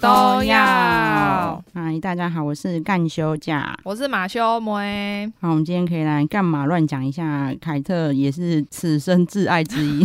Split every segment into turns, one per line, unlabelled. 都要。
嗨，大家好，我是干休假。
我是马修梅，
好，我们今天可以来干嘛乱讲一下？凯特也是此生挚爱之 一。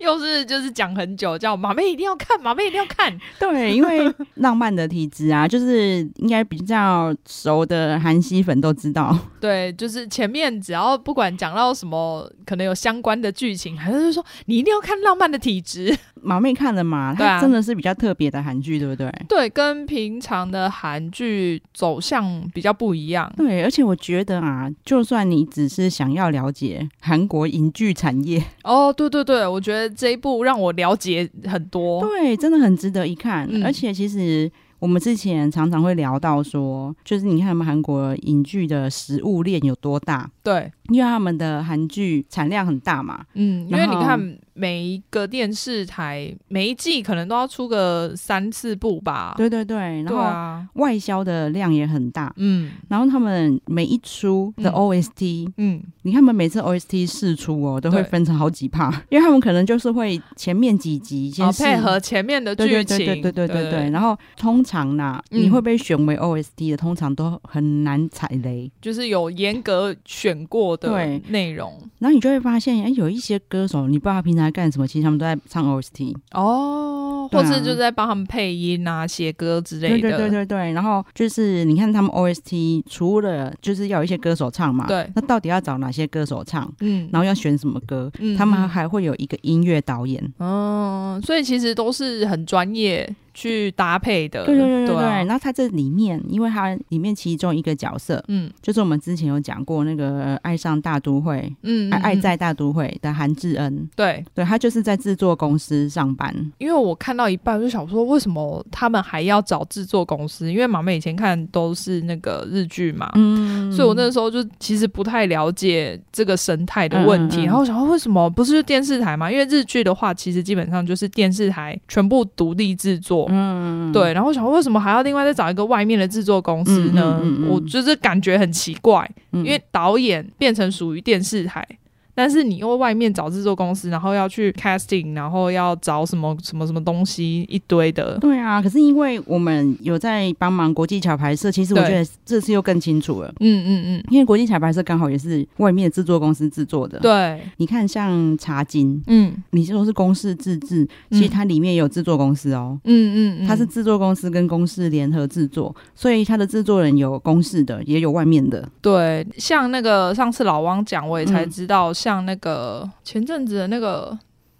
又是就是讲很久，叫马妹一定要看，马妹一定要看。
对，因为浪漫的体质啊，就是应该比较熟的韩系粉都知道。
对，就是前面只要不管讲到什么，可能有相关的剧情，还是说你一定要看《浪漫的体质》。
毛妹看了嘛，
对啊
她真的是比较特别的韩剧，对不对？
对，跟平常的韩剧走向比较不一样。
对，而且我觉得啊，就算你只是想要了解韩国影剧产业，
哦，对对对，我觉得这一部让我了解很多。
对，真的很值得一看。
哦嗯
而且其实我们之前常常会聊到说，就是你看他们韩国影剧的食物链有多大，
对，
因为他们的韩剧产量很大嘛。
嗯，因为
然
你
后
看每一个电视台每一季可能都要出个三四部吧。
对对对，然
对
后
啊，
外销的量也很大。
嗯
然后他们每一出的
嗯
OST，、
嗯，
你看他们每次 OST 试出哦，都会
对
分成好几趴，因为他们可能就是会前面几集
哦
先，试
配合前面的
对
剧
对
情，
对对对对对对，然后通常啦，
嗯
你会被选为 OST 的，通常都很难踩雷。
就是有严格选过的
对
内容
然后你就会发现，哎，有一些歌手，你不知道他平常在干什么，其实他们都在唱 OST
哦，
对
或
啊
是就在帮他们配音啊、写歌之类
对
的。
对对对对，然后就是你看他们 OST 除了就是要有一些歌手唱嘛，
对
那到底要找哪些歌手唱，
嗯
然后要选什么歌，
嗯
他
嗯
们还会有一个音乐导演，
嗯，所以其实都是很专业去搭配的。
对对对对对。
啊
然后他这里面，因为他里面其中一个角色，
嗯
就是我们之前有讲过那个呃《爱上大都会》
嗯，嗯
爱爱
嗯
在大都会的韩智恩，
对，
对他就是在制作公司上班。
因为我看到一半我就想说，为什么他们还要找制作公司？因为妈妈以前看都是那个日剧嘛，
嗯
所以我那时候就其实不太了解这个生态的问题，
嗯嗯嗯
然后我想说为什么不是就电视台嘛？因为日剧的话，其实基本上就是电视台全部独立制作。
嗯，
对，然后我想说为什么还要另外再找一个外面的制作公司呢？
嗯嗯嗯嗯
我就是感觉很奇怪，
嗯
因为导演变成属于电视台，但是你又外面找制作公司，然后要去 casting，然后要找什么什么什么东西一堆的。
对啊，可是因为我们有在帮忙国际桥牌社，其实我
对
觉得这次又更清楚了。
嗯嗯嗯，
因为国际桥牌社刚好也是外面的制作公司制作的。，
对，
你看像茶金，
嗯
你说是公式自制，其实
嗯
它里面也有制作公司哦。
嗯嗯嗯，
它是制作公司跟公司联合制作，所以它的制作人有公司的，也有外面的。
对，像那个上次老汪讲，我也才
嗯
知道，像那个前阵子的那个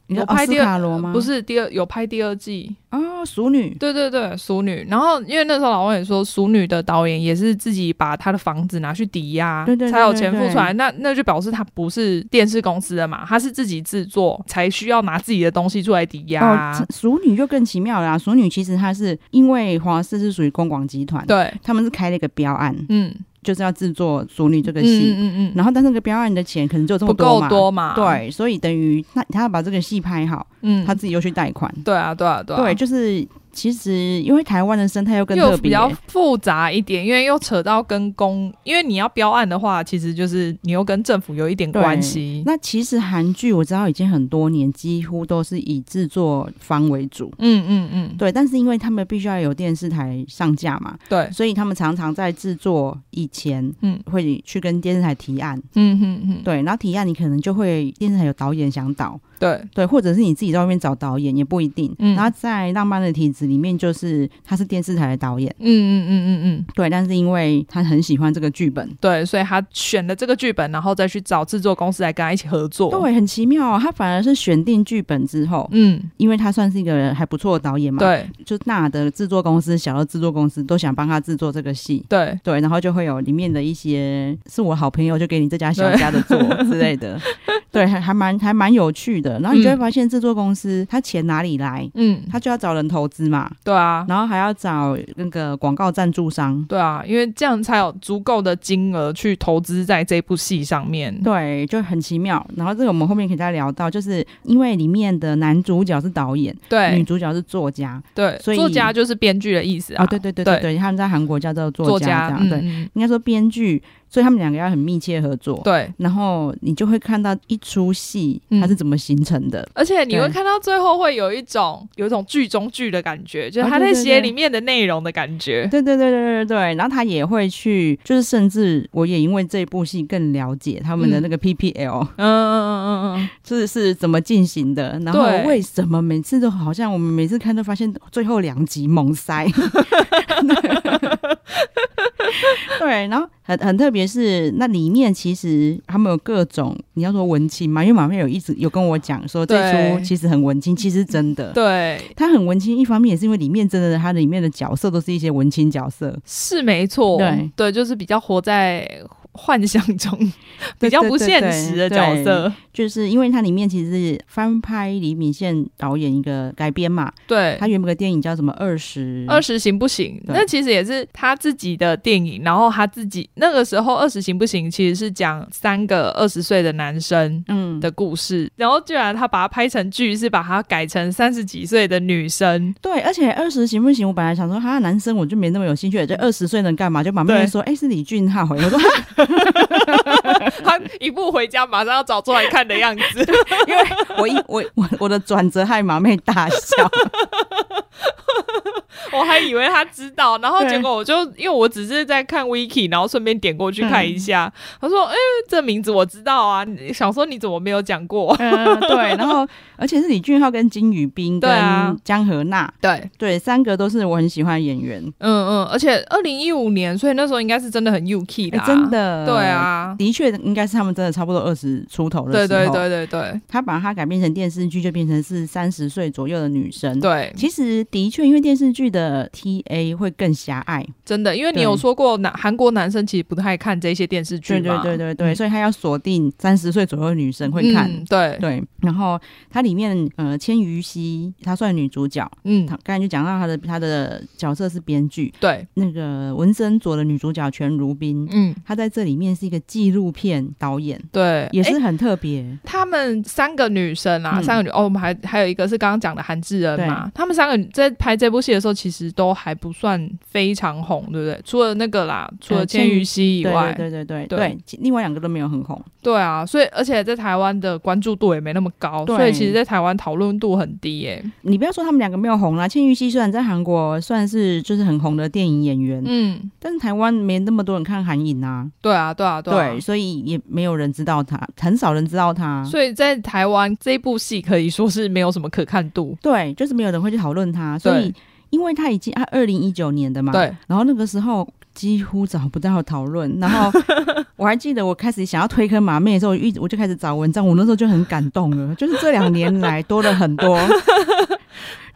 你说
有拍
奥斯
第二
卡罗吗？
不是第二有拍第二季，
啊，熟女。
对对对，《熟女》。然后因为那时候老汪也说，《熟女》的导演也是自己把他的房子拿去抵押，
对对对
才有钱付出来。那那就表示他不是电视公司的嘛，他是自己制作，才需要拿自己的东西出来抵押。
哦，熟女就更奇妙啦、熟女其实它是因为华视是属于公广集团，
对，
他们是开了一个标案，
嗯，
就是要制作《熟女》这
嗯
个戏。
嗯嗯嗯，
然后，但是那个标案的钱可能就这么
不够
嘛，
多嘛？，
对，所以等于那他要把这个戏拍好，
嗯，
他自己又去贷款。
对啊，对啊，对啊，
对，就是其实因为台湾的生态又更
又
特
比
别，
较复杂一点，因为又扯到跟公，因为你要标案的话，其实就是你又跟政府有一点
对
关系。
那其实韩剧我知道已经很多年，几乎都是以制作方为主。
嗯嗯嗯，
对，但是因为他们必须要有电视台上架嘛，
对，
所以他们常常在制作以前，
嗯
嗯，会去跟电视台提案。
嗯嗯嗯，
对，然后提案你可能就会电视台有导演想导，
对，
对，或者是你自己在外面找导演也不一定。
嗯
然后在《浪漫的体质》里面，就是他是电视台的导演，
嗯嗯嗯嗯嗯。
对，但是因为他很喜欢这个剧本，
对，所以他选了这个剧本，然后再去找制作公司来跟他一起合作。，
对，很奇妙、哦，他反而是选定剧本之后，
嗯，
因为他算是一个还不错的导演嘛，，
对
就大的制作公司、小的制作公司都想帮他制作这个戏。
对
对，然后就会有里面的一些是我好朋友，就给你这家小家的做之类的，对，还还蛮还蛮有趣的。然后你就会发现制作公司他钱哪里来，
嗯，
他就要找人投资嘛，
对啊，
然后还要找那个广告赞助商，
对啊，因为这样才有足够的金额去投资在这部戏上面。
对，就很奇妙。然后这个我们后面可以再聊到，就是因为里面的男主角是导演，女
对
主角是作家
对，
嗯所以
作家就是编剧的意思啊。
哦，对对对对对，他们在韩国叫做作
作
家，这
家，
样
嗯
对。
嗯
应该说编剧所以他们两个要很密切合作。
对，
然后你就会看到一出戏
嗯
它是怎么形成的，
而且你会
对
看到最后会有一种有一种剧中剧的感觉，就是
啊
他
对
在
对
写
对
里面的内容的感觉。
对对对对对对，然后他也会去，就是甚至我也因为这部戏更了解他们的
嗯
那个 PPL，、
嗯嗯嗯嗯嗯
就是是怎么进行的，然后
对
为什么每次都好像我们每次看都发现最后两集猛塞， 对， 然后很很特别是那里面其实他们有各种你要说文青嘛，因为马妹有一直有跟我讲说这
对
出其实很文青，其实真
嗯，
的。
对，
它很文青，一方面也是因为里面真的，它里面的角色都是一些文青角色，
是没错，
对
就是比较活在幻想中，比
对
较
对
不
对
现
对
实的
对
角色。
就是因为它里面其实是翻拍李敏宪导演一个改编嘛，
对，
他原本的电影叫什么二十
二十行不行？
对
那其实也是他自己的电影，然后他自己那个时候二十行不行？其实是讲三个二十岁的男生。
嗯
的故事，然后居然他把它拍成剧，是把它改成三十几岁的女生，
对，而且二十行不行？我本来想说，哈，男生我就没那么有兴趣，这二十岁能干嘛？就马妹
对
妹说，哎、是李俊浩、 我说，哈
他一步回家马上要找出来看的样子，
因为我一我我我的转折害马妹大 笑。
我还以为他知道，然后
对
结果我就因为我只是在看 wiki，然后顺便点过去看
嗯
一下，他说：“哎、这名字我知道啊，你想说你怎么没有讲过
嗯，对，然后 而且是李俊浩跟金宇彬
对啊
跟江河娜，？”
对，
对，三个都是我很喜欢的演员，
嗯嗯，而且二零一五年，所以那时候应该是真的很 UK
哎、
啦，
真，的，
对，啊，
的确应该是他们真的差不多二十出头的时
对
候，
对对对对
他把它改编成电视剧，就变成是三十岁左右的女生，。
对，
其实的确，因为电视剧的 T A 会更狭隘，
真的，因为你
对
有说过男韩国男生其实不太看这些电视剧
对对
嘛，
对对对，
嗯
所以他要锁定三十岁左右的女生会看。
嗯对，
对，然后它里面呃，千羽熙她算女主角，
嗯
她刚才就讲到她的她的角色是编剧，
对，
那个文森佐的女主角全如彬，
嗯
她在这里面是一个纪录片导演，
对，
也
哎
是很特别。
他们三个女生啊，
嗯
三个女哦，我们还还有一个是刚刚讲的韩智恩嘛，他们三个在拍这部戏的时候，其实都还不算非常红，对不对？除了那个啦，除了
呃
千羽熙以
对
外，
对对对对
对
对，其另外两个都没有很红。
对啊，所以而且在台湾的关注度也没那么高，
对
所以其实，在台湾讨论度很低耶、
你不要说他们两个没有红啦，千羽熙虽然在韩国算是就是很红的电影演员，
嗯，
但是台湾没那么多人看韩影啊。
对啊，对啊，对啊。
对，所以也没有人知道他，很少人知道他。
所以在台湾这部戏可以说是没有什么可看度，
对，就是没有人会去讨论他，所以因为他已经他二零一九年的嘛，
对，
然后那个时候几乎找不到讨论，然 后我还记得我开始想要推坑马妹的时候，我一直我就开始找文章，我那时候就很感动了，就是这两年来多了很 多。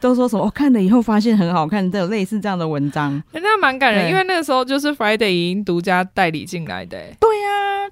都说什么？我、哦看了以后发现很好看，都有类似这样的文章
哎那蛮感人，
对
因为那个时候就是 Friday 已经独家代理进来的、
啊。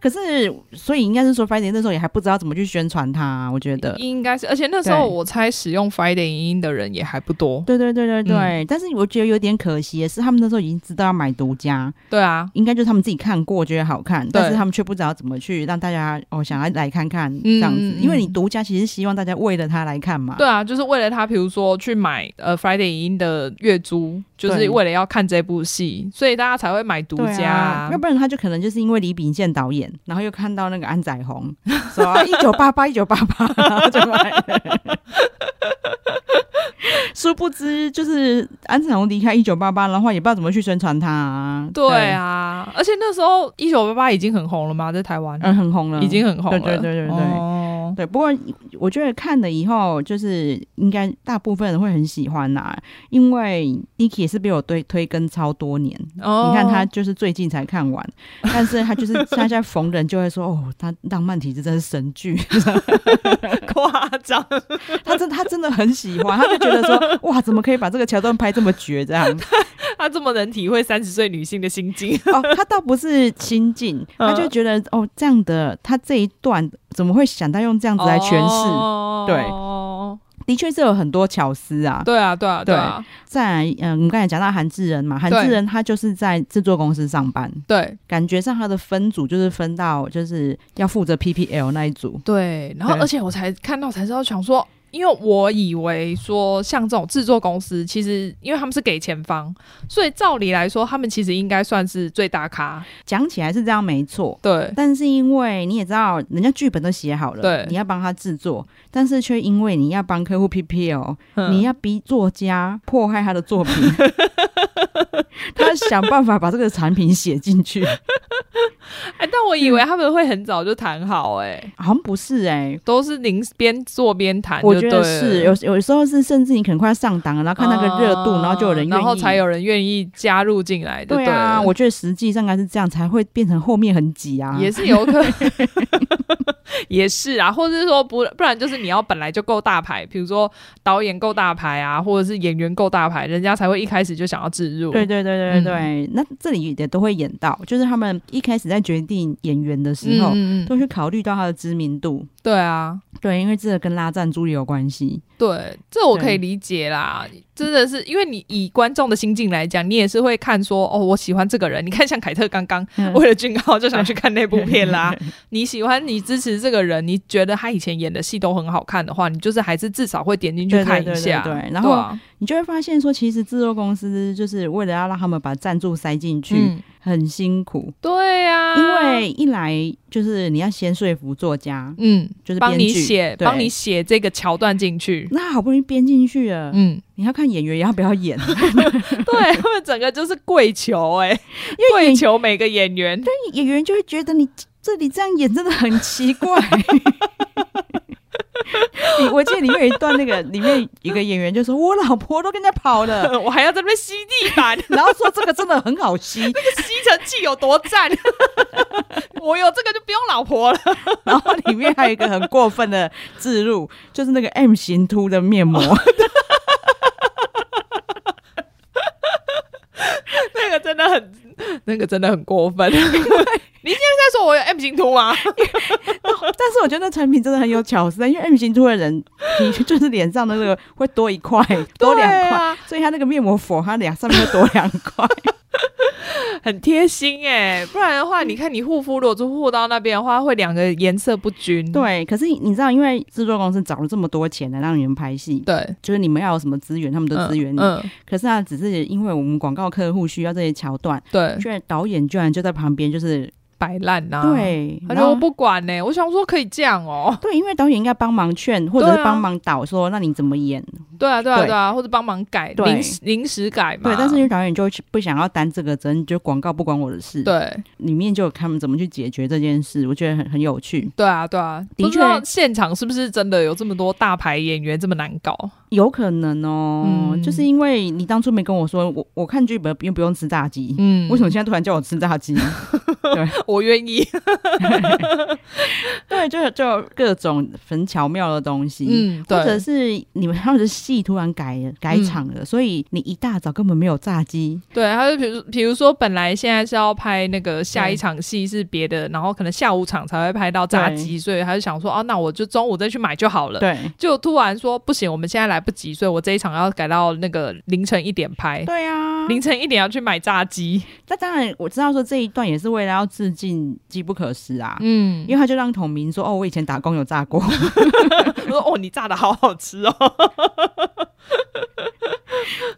可是，所以应该是说 Friday 那时候也还不知道怎么去宣传它，我觉得
应该是，而且那时候
对
我猜使用 Friday 影音的人也还不多。
对对对对对，
嗯
但是我觉得有点可惜的是，他们那时候已经知道要买独家，
对啊，
应该就是他们自己看过觉得好看，但
对
是他们却不知道怎么去让大家哦想要来看看
嗯
这样子，
嗯
因为你
嗯
独家其实希望大家为了他来看嘛。
对啊，就是为了他，比如说去买呃 Friday 影音的月租，就是
对
为了要看这部戏，所以大家才会买独
对
家
啊
啊、，
要不然他就可能就是因为李秉宪导演，然后又看到那个安宰 红，说啊一九八八一九八八 就买 了。殊不知，就是安宰红离开一九八八的话，也不知道怎么去宣传他、啊。
对啊，而且那时候一九八八已经很红了嘛，在台湾、
对，嗯，很红了，
已经很红了。
对对对对对
哦
对，不过我觉得看了以后，就是应该大部分人会很喜欢呐、因为 Dicky 也是被我推推更超多年。
哦
你看他就是最近才看完，但是他就是他现在逢人就会说哦，他浪漫体质真是神剧，
夸张，
他真他真的很喜欢，他就觉得说哇，怎么可以把这个桥段拍这么绝这样？
他这么能体会三十岁女性的心境。
哦，他倒不是亲近，
嗯
他就觉得哦这样的，他这一段怎么会想到用这样 子来诠释？
哦
的确是有很多巧思啊，
对啊，对啊，对啊，
再来，嗯，我们刚才讲到韩志仁嘛，韩志仁他就是在制作公司上班，
对
感觉上他的分组就是分到就是要负责 PPL 那一组。
对，然后
对
而且我才看到才知道，想说因为我以为说像这种制作公司，其实因为他们是给钱方，所以照理来说，他们其实应该算是最大咖。
讲起来是这样没错，
对，
但是因为你也知道，人家剧本都写好了，
对
你要帮他制作，但是却因为你要帮客户 PPL，、
嗯
你要逼作家迫害他的作 品，他想办法把这个产品写进去，
哎、但我
嗯
以为他们会很早就谈好、哎，
好像不是哎、
都是临边做边谈啊就
我
对
觉
了，
得是有有时候是，甚至你可能快要上档了，然后看那个热度，
啊
然后就有人愿意，
然后才有人愿意加入进来就
对
对
啊。
了
我觉得实际上应该是这样，才会变成后面很挤啊。
也是有可 能，也是啊，或者是说不不然就是你要本来就够大牌，比如说导演够大牌啊，或者是演员够大牌，人家才会一开始就想要置入。
对对对对对，
嗯
那这里也都会演到，就是他们一开始在决定演员的时候，
嗯嗯嗯
都去考虑到他的知名度。
对啊，
对，因为这个跟拉赞助也有关系。
对，这我可
对
以理解啦。真的是因为你以观众的心境来讲，你也是会看说哦，我喜欢这个人。你看像凯特刚 刚
嗯
为了俊高就想去看那部片 啦。你喜欢你支持这个人，你觉得他以前演的戏都很好看的话，你就是还是至少会点进去
对对
看
对
一
对
下。
对然后
啊
你就会发现说，其实制作公司就是为了要让他们把赞助塞进去，
嗯
很辛苦。
对啊呀、
因为一来就是你要先说服作家，
嗯，
就是
帮
编
你
剧
写，
对
帮你写这个桥段进去。
那好不容易编进去了，
嗯，
你要看演员要不要 演，
对他们整个就是跪求、哎，
为
跪求每个演员。
演员就会觉得你这里这样演真的很奇怪。 你我记得里面有一段，那个里面一个演员就说：“我老婆都跟人家跑了。
我还要在那边吸地板，”
然后说这个真的很好吸，
吸尘器有多赞？ 我有这个就不用老婆了。
然后里面还有一个很过分的置入，就是那个 M 型凸的面膜，
那个真的很，那个真的很过分。你现在在说我有 M 型图吗？
但是我觉得那产品真的很有巧思，因为 M 型凸的人，你就是脸上的那个会多一块， 多两
对
块，
啊
所以他那个面膜佛，他两上面会多两块。
很贴心哎、不然的话，你看你护肤如果是护到那边的话，会两个颜色不均。
对，可是你知道，因为制作公司找了这么多钱来让你们拍戏，
对，
就是你们要有什么资源，他们都
嗯
支援你。
嗯，
可是啊，只是因为我们广告客户需要这些桥段，
对，
居然导演居然就在旁边，就是、
摆烂呐。。
对，
啊他
然
说我
后
不管呢、我想说可以这样哦、
对，因为导演应该帮忙劝，或者
对
是
啊
帮忙导说，那你怎么演？
对啊，对啊，
对
对啊，或者帮忙改
对
临时临时改嘛。
对，但是因为导演就不想要担这个责任，就广告不关我的事。，
对
里面就有他们怎么去解决这件事，我觉得很很有趣。
对啊，对啊，
的
不知道
确
现场是不是真的有这么多大牌演员这么难搞？
有可能哦，
嗯
就是因为你当初没跟我说，我我看剧本不用不用吃炸鸡。
嗯，
为什么现在突然叫我吃炸鸡？
我愿意？
对，就就各种很巧妙 的东西。
嗯，
或者
对，
是你们他们的戏突然改了改场了，所以你一大早根本没有炸鸡，
对，他就比如比如说，本来现在是要拍那个下一场戏是别的，然后可能下午场才会拍到炸鸡，所以他就想说，哦、那我就中午再去买就好了。
对
就突然说不行，我们现在来不及，所以我这一场要改到那个凌晨一点拍，
对啊。
凌晨一点要去买炸鸡。
那当然我知道说这一段也是为了要致敬《机不可失》啊，
嗯
因为他就让统明说哦，我以前打工有炸过，
我说哦，你炸的好好吃哦。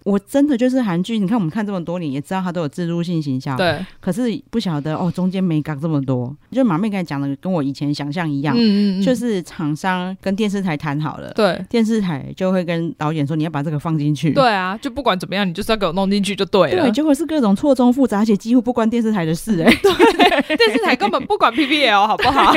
我真的就是韩剧，你看我们看这么多年也知道他都有自入性行销，。
对，
可是不晓得哦，中间没搞这么多，就马妹刚才讲的跟我以前想象一样，
嗯
就是厂商跟电视台谈好了。
对。
电视台就会跟导演说，你要把这个放进去。
对啊，就不管怎么样，你就是要给我弄进去就对啊了
对，。结果是各种错综复杂，而且几乎不关电视台的 事、哎，
电视台根本不管 PPL 好不好？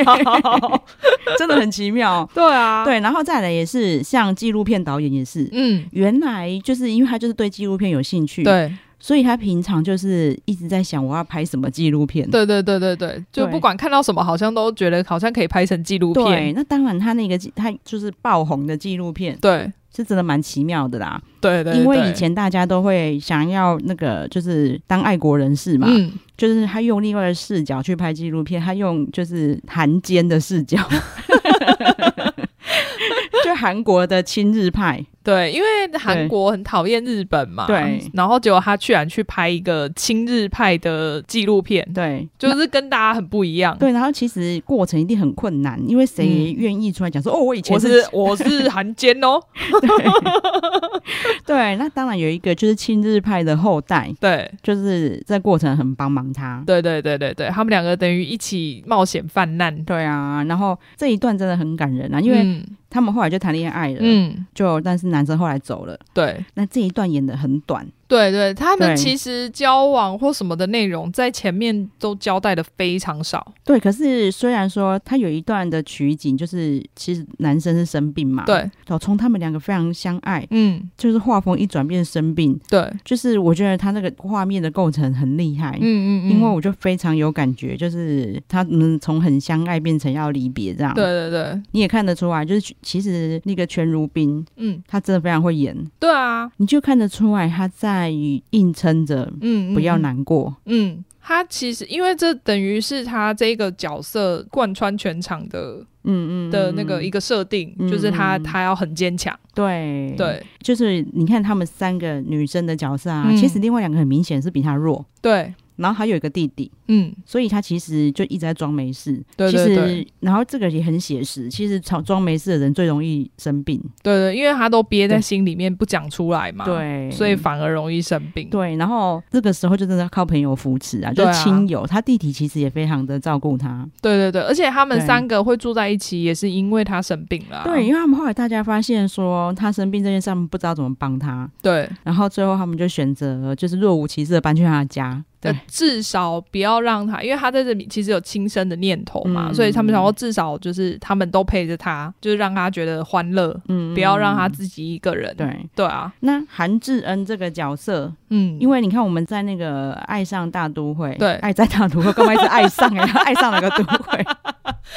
真的很奇妙。
对啊，，
对，然后再来也是像纪录片导演也是，
嗯，
原来就是因为他就是对纪录片有兴趣，，
对，
所以他平常就是一直在想我要拍什么纪录片。
对对对对对，就不管看到什么，好像都觉得好像可以拍成纪录
对，
片。
那当然，他那个纪他就是爆红的纪录片
对
是真的蛮奇妙的啦，
对对，
因为
对
以前大家都会想要那个就是当爱国人士嘛，
嗯，
就是他用另外的视角去拍纪录片，他用就是韩 奸的视角，就韩国的亲日派，
对，因为韩国很讨厌日本嘛，
对
然后结果他居然去拍一个亲日派的纪录片，
对
就是跟大家很不一样。
对，然后其实过程一定很困难，因为谁愿意出来讲说、哦，我以前
嗯我是我是韩奸哦，
对，那当然有一个就是亲日派的后代，
对
就是在过程很帮忙他。
对对对对对，他们两个等于一起冒险犯难，
对啊，然后这一段真的很感人啊，因为
嗯
他们后来就谈恋爱了，
嗯
就但是男生后来走了，
对。
那这一段演的很短，
对对，他们
对
其实交往或什么的内容，在前面都交代的非常少。
对，可是虽然说他有一段的取景，就是其实男生是生病嘛，，
对，
哦，从他们两个非常相爱，
啊嗯，
就是画风一转变生病，
对，
就是我觉得他那个画面的构成很厉害，
嗯嗯嗯，
因为我就非常有感觉，就是他们从很相爱变成要离别这样，
对，对对，
你也看得出来，就是其实那个全如冰
嗯，
他真的非常会演，
对啊，
你就看得出来他在硬撑着
嗯，嗯
不要
嗯
难过，
嗯，他其实因为这等于是他这个角色贯穿全场的
嗯嗯
的那个一个设定，
嗯
就是他
嗯嗯
他要很坚强，
对。
对
就是你看他们三个女生的角色啊，
嗯
其实另外两个很明显是比她弱，
对，
然后还有一个弟弟，
嗯，
所以她其实就一直在装没事。
对对
其
对
实，然后这个也很写实，其实装装没事的人最容易生病。
对对，因为他都憋在
对
心里面不讲出来嘛，，
对
所以反而容易生病，
对，然后这个时候就真的要靠朋友扶持啊，就
对啊
是亲友。他弟弟其实也非常的照顾他。
对对对，而且他们
对
三个会住在一起，也是因为他生病了啊，
对，因为他们后来大家发现说他生病这件事，他们不知道怎么帮他，
对，
然后最后他们就选择就是若无其事的搬去他的家。对
呃，至少不要让他，因为他在这里其实有轻生的念头嘛，
嗯
所以他们想说至少就是他们都陪着他，就是让他觉得欢乐，
嗯
不要让他自己一个人。
对。
对啊，
那韩智恩这个角色，
嗯，
因
为
为你看我们在那个爱上大都会，
对
爱在大都会，干嘛一直爱上、欸？ 爱上了个都会。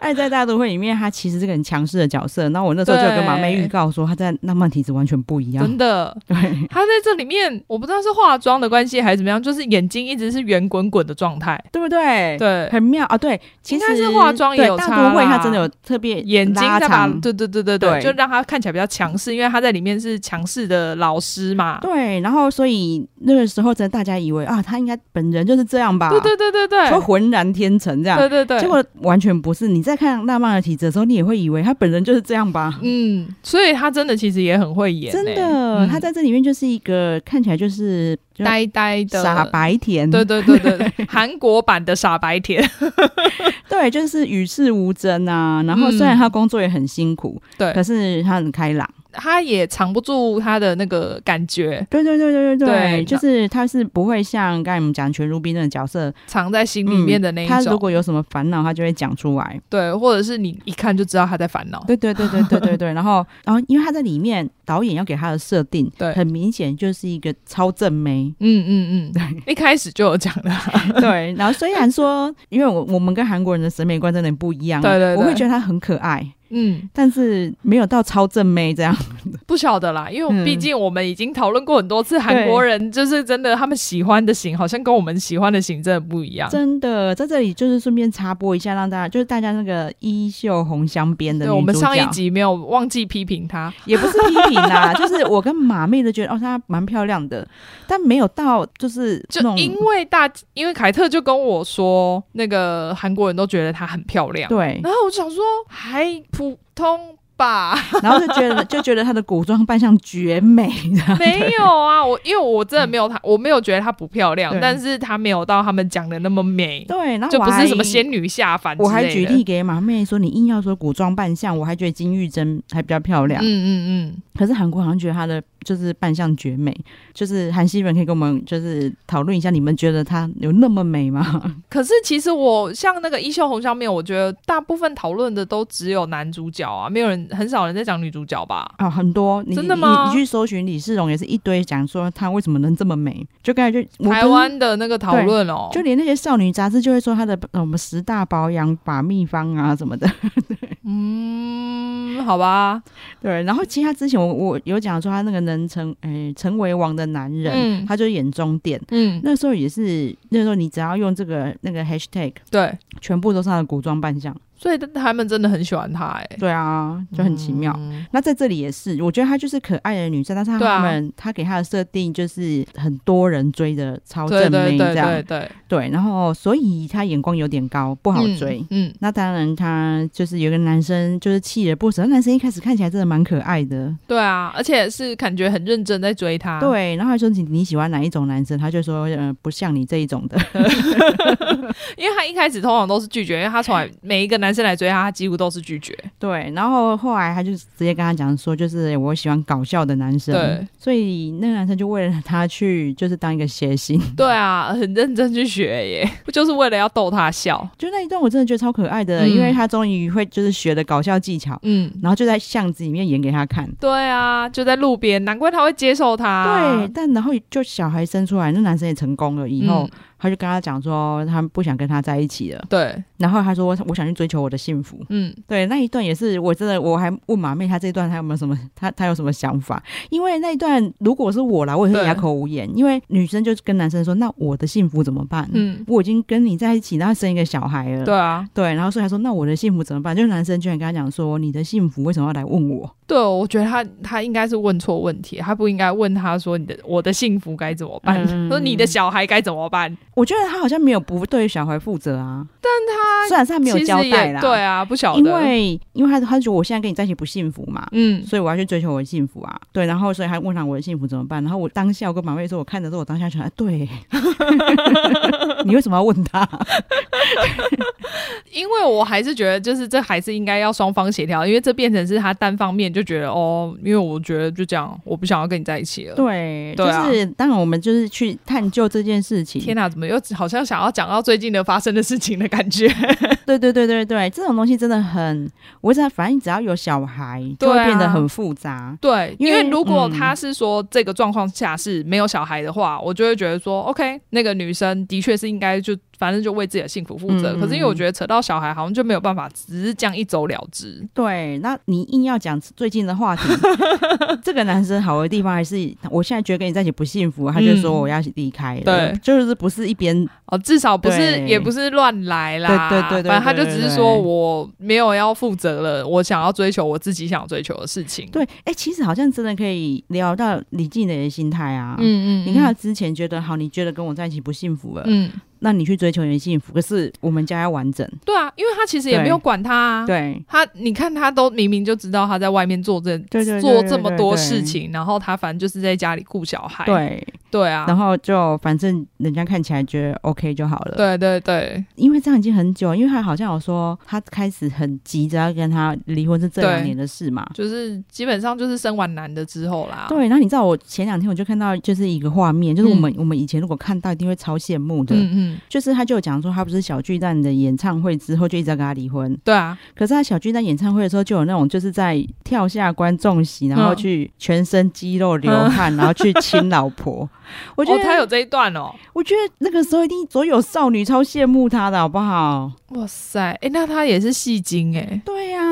爱在大都会里面，他其实是个很强势的角色。那我那时候就有跟马妹预告说，他在浪漫体质完全不一样
真。的，
对
他在这里面，我不知道是化妆的关系还是怎么样，就是眼睛一直是圆滚滚的状态。
对不对？，
对，
很妙啊！对，其
应
实
该是化妆也有
对
差啦
大都会，他真的有特别
眼睛
拉
再把，
长。
对对对对对，
对
就让他看起来比较强势，因为他在里面是强势的老师嘛。
对，然后所以那个时候真的大家以为啊，他应该本人就是这样吧？
对对对对
就
对，
浑然天成这样。
对对对，
结果完全不是。你在看《浪漫的体质》的时候，你也会以为他本人就是这样吧？
嗯，所以他真的其实也很会演欸、
真的，
嗯
他在这里面就是一个看起来就是就
呆呆的
傻，白甜，
对对对对， 对韩国版的傻白甜，
对就是与世无争啊。然后虽然
嗯
他工作也很辛苦，
对
可是他很开朗。
他也藏不住他的那个感觉，
对对对对对
对
对，就是他是不会像刚才我们讲全如冰那种角色，
藏在心里面的那一
嗯他
种，
如果有什么烦恼，他就会讲出来。
对，或者是你一看就知道他在烦恼，
对对对对对对对。然后，然后因为他在里面导演要给他的设定，
对
很明显就是一个超正妹。
嗯嗯嗯，一开始就有讲的，
对，然后虽然说，因为我我们跟韩国人的审美观真的不一样，啊
对对对
我会觉得她很可爱，
嗯，
但是没有到超正妹这样。
不晓得啦，因为
嗯
毕竟我们已经讨论过很多次，韩国人就是真的他们喜欢的型，好像跟我们喜欢的型真的不一样。
真的，在这里就是顺便插播一下，让大家就是大家那个衣袖红香边的
对，
女主角
我们上一集没有忘记批评他，
也不是批评啦， 就是我跟马妹都觉得哦，她蛮漂亮的，但没有到就是那
就
种
因为大，因为凯特就跟我说，那个韩国人都觉得她很漂亮，
对，
然后我就想说还普通吧，
然后就觉得就觉得她的古装扮相绝美，
没有啊，我因为我真的没有她，我没有觉得她不漂亮，
嗯对
但是她没有到他们讲的那么美，
对，然后
就
我
不
还
是什么仙女下凡之类
我
的，
还举例给马妹说，你硬要说古装扮相，我还觉得金玉珍还比较漂亮。
嗯嗯嗯，
可是韩国好像觉得她的就是扮相绝美，就是韩熙人可以跟我们就是讨论一下，你们觉得她有那么美吗？
可是其实我像那个《衣袖红香面》，我觉得大部分讨论的都只有男主角啊，没有人很少人在讲女主角吧。
啊、很多你
真的吗
你你去搜寻李世荣也是一堆讲说她为什么能这么美，就感觉我不是
台。湾的那个讨论哦，
就连那些少女杂志就会说她的呃我们十大保养把秘方啊什么的，
嗯，好吧，
对。然后其实她之前我我有讲说她那个能成诶、成为王的男人，
嗯
她就演中电，
嗯，
那时候也是，那时候你只要用这个那个 hashtag，
对
全部都是他的古装扮相。
所以他们真的很喜欢他、哎，
对啊，就很奇妙。
嗯
那在这里也是，我觉得她就是可爱的女生，但是
对啊
她们她、给她的设定就是很多人追的超
对
正
对
妹
对
这样，
对对，
对然后所以她眼光有点高，不好
嗯
追。
嗯，
那当然，她就是有个男生，就是锲而不舍。那男生一开始看起来真的蛮可爱的，
对啊，而且是感觉很认真在追他，
对。然后还说你你喜欢哪一种男生，他就说呃不像你这一种的，
因为他一开始通常都是拒绝，因为他从来每一个男生来追他，他几乎都是拒绝。
对。然后后来他就直接跟他讲说，就是哎我喜欢搞笑的男生，
对。
所以那个男生就为了他去就是当一个谐星，
对啊，很认真去学耶，就是为了要逗他笑。
就那一段我真的觉得超可爱的，
嗯
因为他终于会就是学的搞笑技巧，
嗯，
然后就在巷子里面演给他看。
对啊，就在路边，难怪他会接受他。
对，但然后就小孩生出来，那男生也成功了。以后、
嗯
他就跟他讲说，他不想跟他在一起了。
对，
然后他说，我想去追求我的幸福。
嗯，
对，那一段也是，我真的我还问马妹，她这一段她有没有什么，她她有什么想法？因为那一段如果是我啦，我也会
对
哑口无言，因为女生就跟男生说，那我的幸福怎么办？
嗯
我已经跟你在一起，然后生一个小孩了。
对啊，
对，然后所以他说：“那我的幸福怎么办？”就是男生居然跟他讲说：“你的幸福为什么要来问我
对，我觉得他他应该是问错问题，他不应该问他说你的我的幸福该怎么办，
嗯
说你的小孩该怎么办，？”
我觉得他好像没有不对小孩负责啊，但他虽然是他没有
其实
交
也
代啦，
对啊，不晓得，
因为因为他他觉得我现在跟你在一起不幸福嘛。
嗯，
所以我要去追求我的幸福啊，对，然后所以他问他我的幸福怎么办，然后我当下我跟马妹说，我看着说，我当下想，哎， 对，你为什么要问他？
因为我还是觉得，就是这还是应该要双方协调，因为这变成是他单方面就觉得哦，因为我觉得就这样，我不想要跟你在一起了。
对，
对啊
就是当然我们就是去探究这件事情，
天哪、怎么又好像想要讲到最近的发生的事情的感觉？
对对对对对，这种东西真的很，我知道，反正只要有小孩，就
对
会
啊
变得很复杂。
对，因
因为
为如果
嗯
他是说这个状况下是没有小孩的话，我就会觉得说，OK，那个女生的确是应该就反正就为自己的幸福负责。
嗯
可是因为我觉得扯到小孩，好像就没有办法，只是这样一走了之。
对，那你硬要讲最近的话 题，这个男生好的地方还是，我现在觉得跟你在一起不幸福，他就说
嗯
我要离开了，
对
就是不是一边
哦，至少不是，
对
也不是乱来啦。
对对对对
反正他就只是说
对对对
我没有要负责了，我想要追求我自己想追求的事情。
对，哎、其实好像真的可以聊到李静蕾的心态啊。
嗯，嗯嗯，
你看他之前觉得好，你觉得跟我在一起不幸福了，
嗯，
那你去追求你的幸福，可是我们家要完整，
对啊，因为他其实也
对
没有管他啊。
对。
他，你看他都明明就知道他在外面做这
对对对
做
对
这么
对
多
对
事情，然后他反正就是在家里顾小孩。
对，
对啊，
然后就反正人家看起来觉得 OK 就好了。
对对对
因为这样已经很久，因为他好像有说他开始很急着要跟他离婚是这两
对
年的事嘛。
就是基本上就是生完男的之后啦。
对，然后你知道我前两天我就看到就是
嗯
一个画面，就是我们、我们以前如果看到一定会超羡慕的，
嗯嗯，
就是他就有讲说他不是小巨蛋的演唱会之后就一直要跟他离婚，
对啊，
可是他小巨蛋演唱会的时候就有那种就是在跳下观众席，然后
嗯
去全身肌肉流汗，然后去亲老 婆。我觉
哦
得、，
他有这一段哦。
我觉得那个时候一定所有少女超羡慕他的好不好？
哇塞，哎、那他也是戏精哎、
对呀、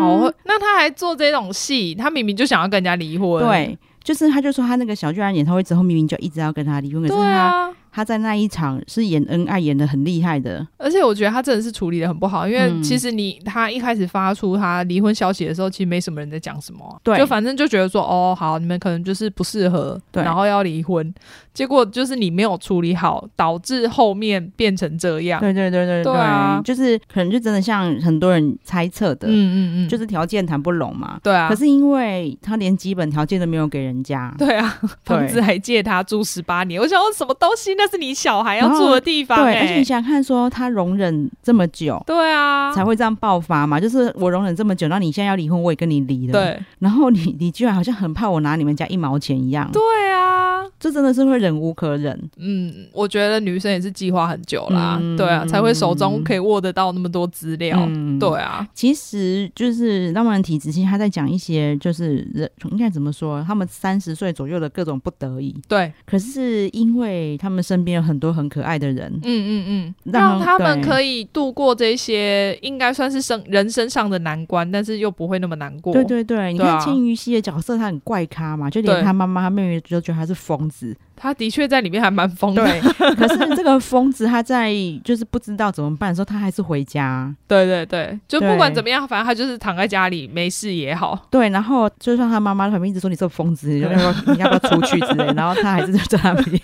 好会，那他还做这种戏，他明明就想要跟人家离婚。
对，就是他就说他那个小巨蛋演唱会之后，明明就一直要跟他离婚，可是
对
他、
啊，
他在那一场是演恩爱演的很厉害的，
而且我觉得他真的是处理的很不好，因为
嗯
其实你他一开始发出他离婚消息的时候，其实没什么人在讲什么啊，
对
就反正就觉得说哦好，你们可能就是不适合，
对
然后要离婚，结果就是你没有处理好，导致后面变成这样。
对对对对
对啊
就是可能就真的像很多人猜测的，
嗯嗯嗯，
就是条件谈不拢嘛。
对啊，
可是因为他连基本条件都没有给人家，
对啊，房子还借他住十八年，我想说什么东西？那是你小孩要住的地方、
哦对，
欸，
而且你想想看，说他容忍这么久。
对啊，
才会这样爆发嘛？就是我容忍这么久，那你现在要离婚，我也跟你离了。，
对
然后你你居然好像很怕我拿你们家一毛钱一样，
对啊，
这真的是会忍无可忍。
嗯，我觉得女生也是计划很久啦，
嗯
对啊，才会手中可以握得到那么多资料，
嗯
对啊，
其实就是让人体质性，他在讲一些就是人应该怎么说，他们三十岁左右的各种不得已，
对，
可是因为他们身边有很多很可爱的人
嗯，嗯嗯，
让
让他们
对
可以度过这些应该算是生人生上的难关，但是又不会那么难过，
对对对，你
对啊
看千羽熙的角色，他很怪咖嘛，就
对
连他妈妈、他妹妹都觉得他是疯疯子，
他的确在里面还蛮疯的，
对。可是这个疯子他在就是不知道怎么办的时候，他还是回家，
对对对，就不管
对
怎么样，反正他就是躺在家里没事也好，
对。然后就算他妈妈在旁边一直说你这个疯子，你要不要你要不要出去之类，然后他还是在那边。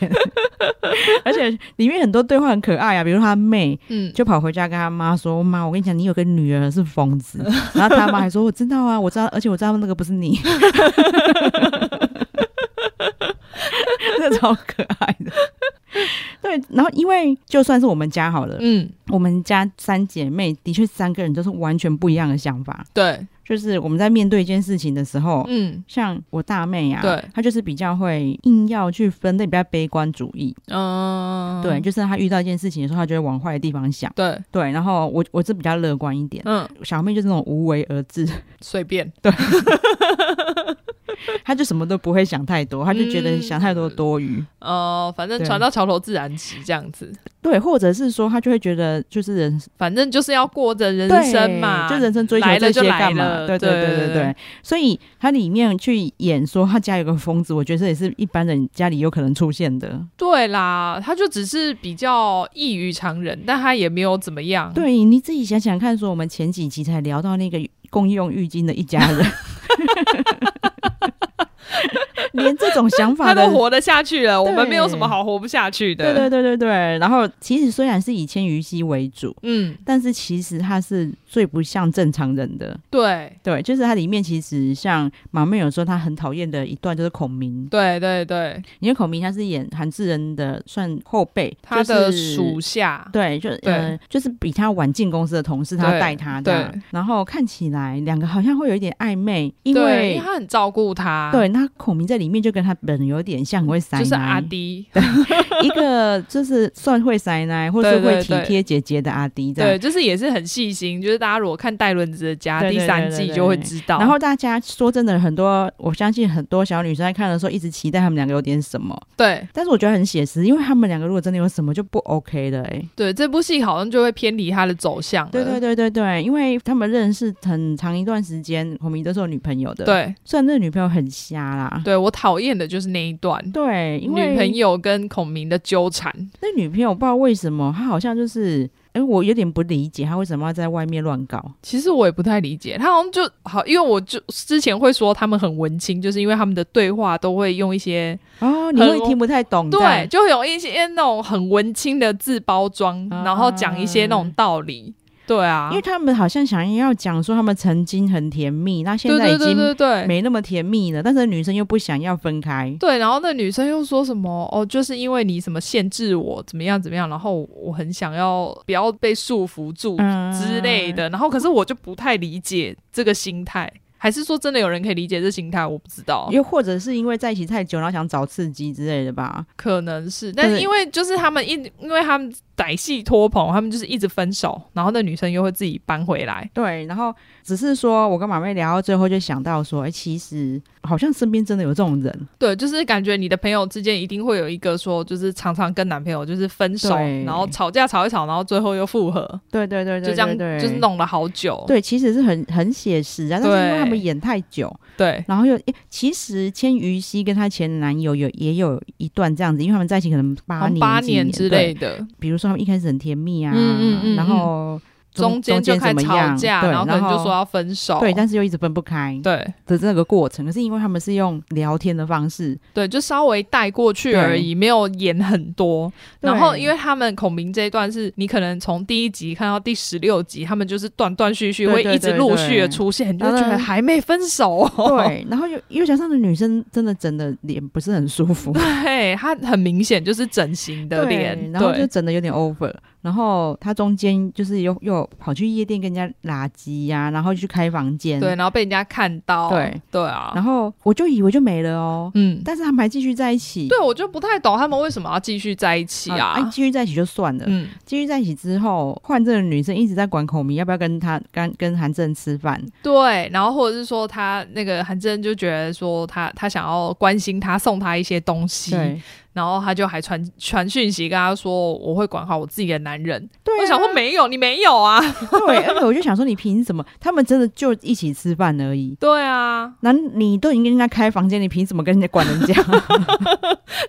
而且里面很多对话很可爱啊，比如他妹，
嗯，
就跑回家跟他妈说：“妈，我跟你讲，你有个女儿是疯子。”然后他妈还说：“我知道啊，我知道，而且我知道那个不是你。” 那超可爱的。对，然后因为就算是我们家好了，
嗯，
我们家三姐妹的确三个人都是完全不一样的想法。
对，
就是我们在面对一件事情的时候，
嗯
像我大妹啊，
对
她就是比较会硬要去分类，比较悲观主义。
嗯，
对，就是她遇到一件事情的时候，她就会往坏的地方想。
对，
对，然后我我是比较乐观一点，
嗯，
小妹就是那种无为而治，
随便，
她就什么都不会想太多，她就觉得
嗯
想太多多余。
呃，反正
对
船到桥头自然直这样子，
对，或者是说她就会觉得就是人
反正就是要过着人
对
生嘛，
就人生追求
来了
这
就
些
来
干嘛？
了
对
对
对对
对
对对，所以她里面去演说她家有个疯子，我觉得这也是一般人家里有可能出现的。
对啦，他就只是比较异于常人，但他也没有怎么样，
对，你自己想想看，说我们前几集才聊到那个共用浴巾的一家人。 连这种想法
他
的
都活得下去了，我们没有什么
对
好活不下去的，
对对对对对。然后其实虽然是以千羽熙为主，
嗯，
但是其实他是最不像正常人的。
对。
对，就是它里面其实像马妹有说她很讨厌的一段就是孔明，
对对对，
因为孔明他是演韩志仁的算后辈，
他的
就是
属下，
对，就呃，就是比他晚进公司的同事，他
对
带他的
对，
然后看起来两个好像会有一点暧昧，因
对因
为
他很照顾他，
对，那孔明在里面就跟他本人有点像，很会塞
就是阿
奶，
迪，
一 个就是算会塞奶，或是
对对
会体
对
贴姐姐的阿迪这样
对，。就是也是很细心，就是大家如果看戴伦子的家
对
第
对
三
对
季
对
就会
对
知道，
然后大家说真的，很多我相信很多小女生在看的时候，一直期待他们两个有点什么，
对
但是我觉得很写实，因为他们两个如果真的有什么就不 OK 的哎、
对，这部戏好像就会偏离他的走向了，
对对对对对，因为他们认识很长一段时间，孔明都是有女朋友的。，
对
虽然那个女朋友很瞎啦。
对我讨厌的就是那一段，
对，因为
女朋友跟孔明的纠缠，
那女朋友不知道为什么，她好像就是，哎，我有点不理解她为什么要在外面乱搞。
其实我也不太理解，他好像就好，因为我就之前会说他们很文青，就是因为他们的对话都会用一些
哦，你
很
会听不太懂这
对，
样。
就有一些那种很文青的字包装，
啊
然后讲一些那种道理，对啊，
因为他们好像想要讲说他们曾经很甜蜜，那现在
对
已
对
经
对对对，
没那么甜蜜了，但是女生又不想要分开。
对，然后那女生又说什么哦，就是因为你什么限制我怎么样怎么样，然后我很想要不要被束缚住
嗯
之类的，然后可是我就不太理解这个心态，还是说真的有人可以理解这心态？我不知道，
嗯又或者是因为在一起太久，然后想找刺激之类的吧。
可能是，但是
对
因为就是他们一，因为他们歹戏拖棚，他们就是一直分手，然后那女生又会自己搬回来，
对，然后只是说我跟马妹聊到最后，就想到说，哎、其实好像身边真的有这种人，
对，就是感觉你的朋友之间一定会有一个说，就是常常跟男朋友就是分手，
对
然后吵架吵一吵，然后最后又复合，
对对对
就这样就是。弄了好久，
对，其实是很很写实啊，但是因为他们演太久，
对
然后又诶其实千羽熙跟她前男友有也有一段这样子，因为他们在一起可能
好
八
像
年、
八
几
年之
对
类的，
比如说他们一开始很甜蜜啊，
嗯嗯嗯
然后
中间就
怎
开始
么
吵
样
架，
对
然后可
然
能就说要哦分手，
对，但是又一直分不开
对
的这个过程。可是因为他们是用聊天的方式，
对就稍微带过去
对
而已，没有演很多。然后
对
因为他们孔明这一段是你可能从第一集看到第十六集，他们就是断断续续
对
会
对
一直
对
陆
对
续的出现，你就会觉
然
得
后
还没分手、哦。，
对，然后又又加上那女生真的整的脸不是很舒服
对，他很明显就是整形的
对
脸，
然后就
对
整的有点 over。然后她中间就是又又跑去夜店跟人家拉鸡呀、然后去开房间，
对，然后被人家看到，
对
对啊，
然后我就以为就没了哦，
嗯，
但是他们还继续在一起。
对，我就不太懂他们为什么要继续在一起
啊哎
啊。
继续在一起就算了，
嗯，
继续在一起之后，换这个女生一直在管孔明要不要跟他跟跟韩正吃饭，
对，然后或者是说他那个韩真就觉得说他他想要关心他，送他一些东西，
对，
然后他就还传传讯息跟他说我会管好我自己的男人。
对啊
我想说没有，你没有啊？
对，而且我就想说，你凭什么？他们真的就一起吃饭而已。
对啊，
那你都已经跟人家开房间，你凭什么跟人家管人家？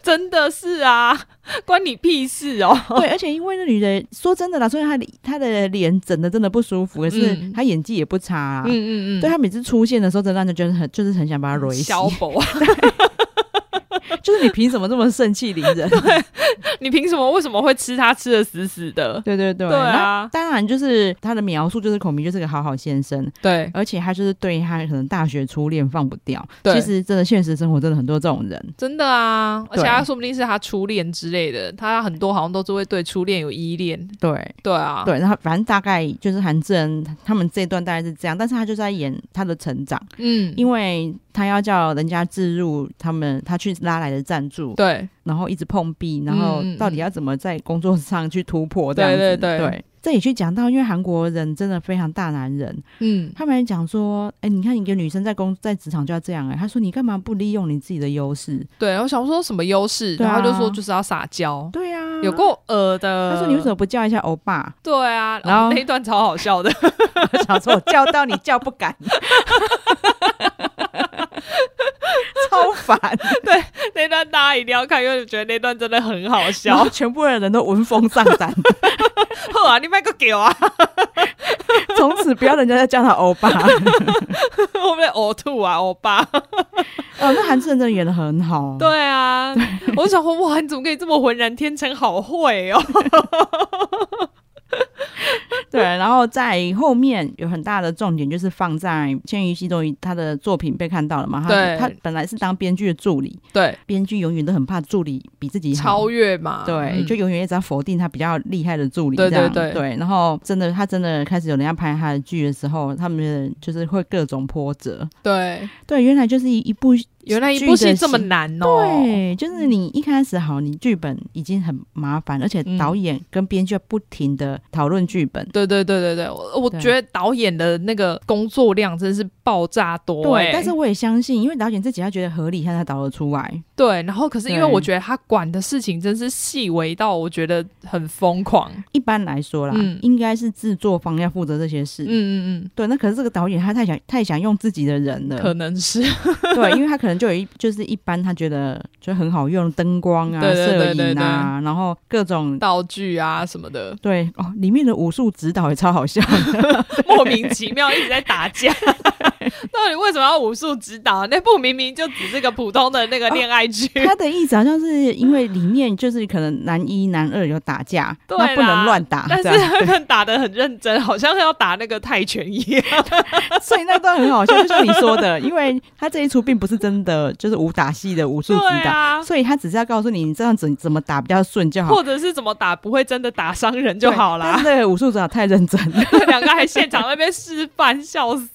真的是啊， 关你屁事哦。
对，而且因为那女的，说真的啦，虽然她的她的脸整的真的不舒服，可是
嗯
她演技也不差、啊。
嗯嗯嗯，
对她每次出现的时候，真的让人觉得很，就是很想把她惹死。
小博，
就是你凭什么这么盛气凌人？
你凭什么？为什么会吃他吃的死死的？
对对对，
对啊
那当然就是他的描述，就是孔明就是个好好先生，
对
而且他就是对他可能大学初恋放不掉。
对
其实真的现实生活真的很多这种人。
真的啊，而且
对
他说不定是他初恋之类的，他很多好像都是会对初恋有依恋。
对
对啊，
对，然后反正大概就是韩志恩他们这一段大概是这样，但是他就在演他的成长，
嗯，
因为他要叫人家置入他们他去拉来的赞助，
对
然后一直碰壁，然后
嗯嗯
到底要怎么在工作上去突破这样子？
对对对
这也去讲到，因为韩国人真的非常大男人，
嗯，
他们还讲说，哎、你看一个女生在工在职场就要这样、哎，他说你干嘛不利用你自己的优势？
对。我想说什么优势，
对啊
然后就说就是要撒娇，
对啊，
有呃够恶的。
他说你为什么不叫一下欧巴？
对啊，
然
然
后
后那一段超好笑的，
我想说我叫到你叫不敢， 超 烦，
那一段大家一定要看，因为我觉得那段真的很好
然
笑
后。全部的人都闻风丧胆，
呵啊，你卖个给我啊，
从此不要人家再叫他欧 巴。
我们呕吐啊，欧 巴。
哦，那韩志仁真的演的很 好，
对啊，我想说哇，你怎么可以这么浑然天成，好会哦。
对，然后在后面有很大的重点就是放在千与西多于他的作品被看到了嘛，他
对
他本来是当编剧的助理，
对，
编剧永远都很怕助理比自己好
超。越嘛，
对，
嗯
就永远一直要否定他比较厉害的助理，
对
这样
对对
然后真的，他真的开始有人要拍他的剧的时候，他们就是会各种波折。
对。
对，原来就是一一部
原来一部戏这么
剧的
难哦、
戏对，就是你一开始好，你剧本已经很麻烦，而且
嗯
导演跟编剧要不停的讨论剧本，
对对对对对，我我
对
觉得导演的那个工作量真是爆炸多、
对，
哎
但是我也相信，因为导演自己他觉得合理，他才导得出来。
对，然后可是因为
对
我觉得他管的事情真是细微到我觉得很疯狂，
一般来说啦，
嗯
应该是制作方要负责这些事。
嗯嗯
对，那可是这个导演他太想太想用自己的人
嗯，可
了，
能是
对，因为他可能就有一就是一般他觉得就很好用灯光啊、
对对对
摄影啊，然后各种
道具啊什么的，
对哦，里面的武术指导也超好笑的，
莫名其妙一直在 打架，到底为什么要武术指导？那部明明就只是个普通的那个恋爱 剧，
他的意思好像是因为里面就是可能男一男二有打架，
对
那不
啦
能乱打，
但是
这样
他们打的很认真，好像要打那个泰拳一样。
所以那段很好笑，就像你说的，因为他这一出并不是真的就是武打戏的武术
对
指导，
啊，
所以他只是要告诉你你这样子怎么打比较顺就好，
或者是怎么打不会真的打伤人就好
对但
啦
是。那个武术指导太认真了，
两个还现场在那边示范，笑死！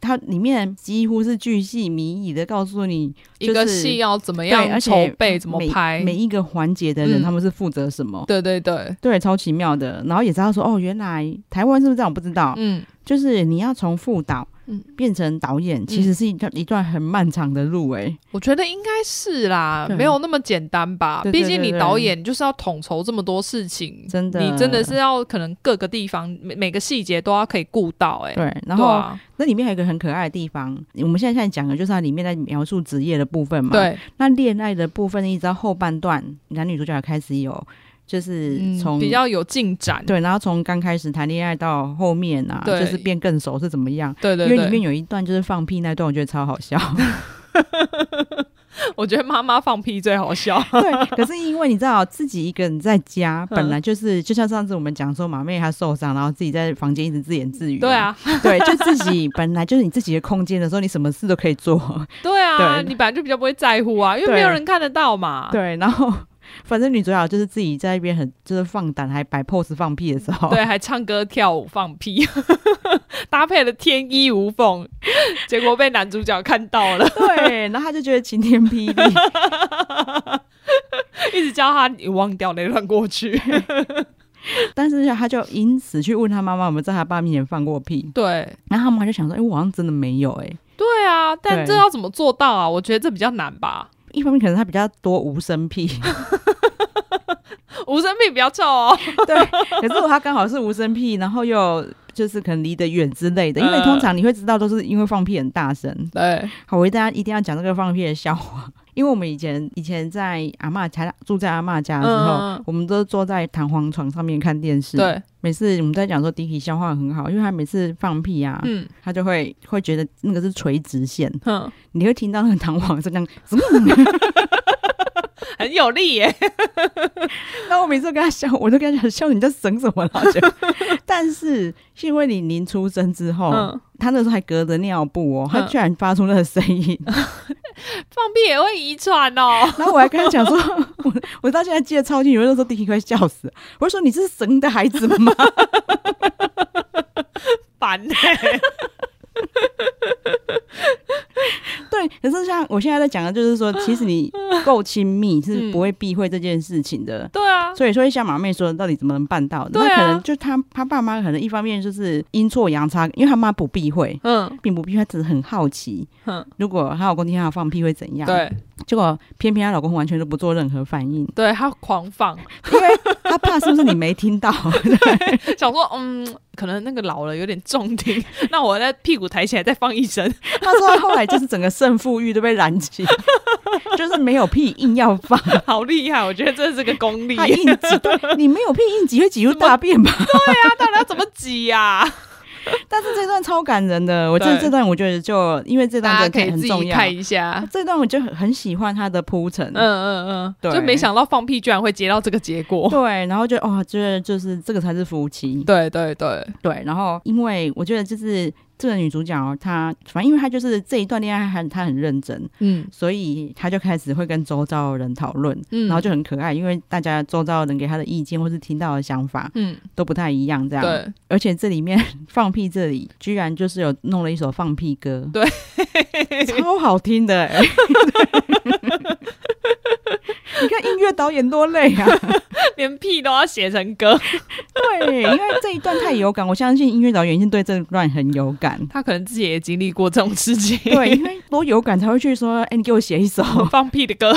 他里面几乎是巨细靡遗的告诉你
一个戏要怎么
对而
样
且
筹备，怎么
每
拍，
每一个环节的人、
嗯
他们是负责什么。
对对对，
对，超奇妙的。然后也知道说，哦，原来台湾是不是这样？我不知道。
嗯，
就是你要从副导
嗯
变成导演，其实是一段一段很漫长的路哎诶、
我觉得应该是啦，
对
没有那么简单吧
对。对
毕竟
对
你
对
导演就是要统筹这么多事情，
真的
你真的是要可能各个地方每每个细节都要可以顾到，哎，
对，然
对
后
啊
那里面还有一个很可爱的地方，我们现在现在讲的就是它里面在描述职业的部分嘛。，
对，
那恋爱的部分一直到后半段，男女主角开始有就是
嗯
从、
比较有进展，
对，然后从刚开始谈恋爱到后面啊，
对
就是变更熟是怎么样？
对对
因为里面
对。
有一段就是放屁那段，我觉得超好笑。
我觉得妈妈放屁最好笑，
对，可是因为你知道自己一个人在家，
嗯
本来就是就像上次我们讲说马妹她受伤，然后自己在房间一直自言自语、
对，啊，
对，就自己本来就是你自己的空间的时候，你什么事都可以做。
对啊，
对
你本来就比较不会在乎啊，因为
对
没有人看得到嘛。
对，然后反正女主角就是自己在那边很就是放胆，还摆 pose 放屁的时候，
对，还唱歌、跳舞、放屁， 搭配的天衣无缝，结果被男主角看到了，
对，然后她就觉得晴天霹雳。
一直叫他你忘掉那段过去。
但是她就因此去问她妈妈有没有在她爸面前放过屁，
对，
然后她妈就想说，哎、我好像真的没有、哎。
对啊，但
对
这要怎么做到啊？我觉得这比较难吧。
一方面可能他比较多无声癖，
无声癖比较臭哦。
对， 可是他刚好是无声癖，然后又就是可能离得远之类的，因为
嗯
通常你会知道都是因为放屁很大声。
对，
好，我一定要一定要讲这个放屁的笑话， 因为我们以前以前在阿嬷家住在阿嬷家的时候，
嗯嗯嗯
我们都坐在弹簧床上面看电视。，
对，
每次我们在讲说迪迪消化很好，因为他每次放屁啊，
嗯
他就会会觉得那个是垂直线，
哼，
你会听到那个弹簧声 这样。
很有力耶。
那我每次都跟他笑，我都跟他讲笑，你在省什么老姐？ 但是因为李宁出生之后，
嗯，
他那时候还隔着尿布哦，他
嗯
居然发出那个声音，
放屁也会遗传哦。
然后我还跟他讲说， 我我到现在记得超清楚，那时候弟弟快笑死了。我就说你是神的孩子吗？
烦呢、
对，可是像我现在在讲的，就是说，其实你够亲密是
嗯
不会避讳这件事情的。
对啊，
所以说，像马妹说的，到底怎么能办到的？
对啊
那可能就他他爸妈可能一方面就是阴错阳差，因为他妈不避讳，
嗯
并不避讳，他只是很好奇，
哼，
如果她老公听她放屁会怎样？，
对
结果偏偏她老公完全都不做任何反应，
对，他狂放，
因为他怕是不是你没听到？
想说嗯，可能那个老了有点重听， 那我在屁股抬起来再放一声，
他说他后来就是整个胜负欲都被燃起， 就是没有屁硬要 放，
好厉害！我觉得这是个功力。
他硬挤，对你没有屁硬挤会挤出大便 吧？
他到底要怎么挤啊 呀、
但是这段超感人的，我这
对
这段我觉得就因为这段
大家
真的
可以
很
自
重
己
要，
看一下。
这段我就很很喜欢他的铺陈。
嗯嗯嗯，
对
就没想到放屁居然会接到这个结果。
对，然后就哦，觉得就是这个才是夫妻。
对对对，
对，然后因为我觉得就是这个女主角哦，她反正因为她就是这一段恋爱，她她很认真，
嗯
所以她就开始会跟周遭的人讨论，
嗯，
然后就很可爱，因为大家周遭的人给她的意见或是听到的想法
嗯，
都不太一样，这样。。
对，
而且这里面 放屁这里居然就是有弄了一首放屁歌，
对，
超好听的、欸。 你看音乐导演多累啊！
连屁都要写成歌。
对，因为这一段太有感，我相信音乐导演一定对这段很有感。
他可能自己也经历过这种事情。
对，因为多有感才会去说，哎、你给我写一首。
放屁的歌，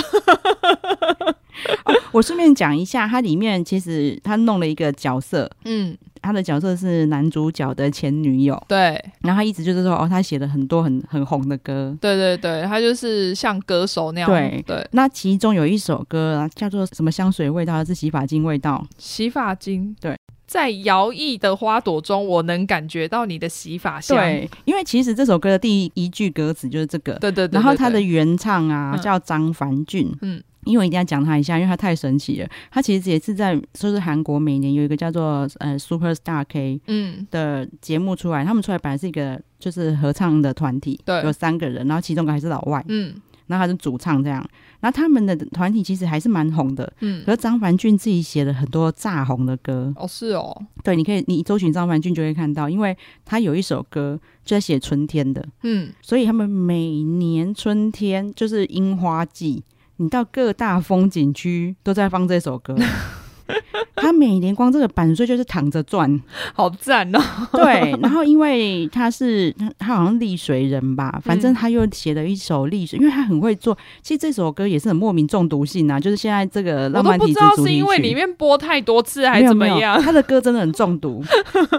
我顺便讲一下，它里面其实他弄了一个角色，
嗯，
他的角色是男主角的前女友，
对
然后他一直就是说，哦，他写了很多很很红的歌。
对对对，他就是像歌手那样，
对
对，
那其中有一首歌啊，叫做什么香水味道，还是洗发精味道？
洗发精，
对，
在摇曳的花朵中，我能感觉到你的洗发香，
对，因为其实这首歌的第一句歌词就是这个，
对对对
然后
他
他的原唱啊、
嗯
叫张凡俊，
嗯
嗯。因为我一定要讲他一下，因为他太神奇了。他其实也是在，就是韩国每年有一个叫做呃 Super Star K
嗯
的节目出来，他们出来本来是一个就是合唱的团体，
对
有三个人，然后其中一个还是老外，
嗯
然后他是主唱这样。然后他们的团体其实还是蛮红的，
嗯，
可是张凡俊自己写了很多炸红的歌，
哦是哦，
对，你可以你搜寻张凡俊就会看到，因为他有一首歌就在写春天的，
嗯，
所以他们每年春天就是樱花季，你到各大风景区都在放这 首歌。他每年光这个版税就是躺着 赚，
好赞哦，
对。然后因为他是他他好像丽水人吧，反
嗯
正他又写了一首丽水，因为他很会做。其实这首歌也是很莫名中毒性啊，就是现在这个
我
浪
都
漫
不
体
知
质
道
主
是
题
因为
曲
里面播太多次还
没有
怎么
没有
样，
他的歌真的很中毒。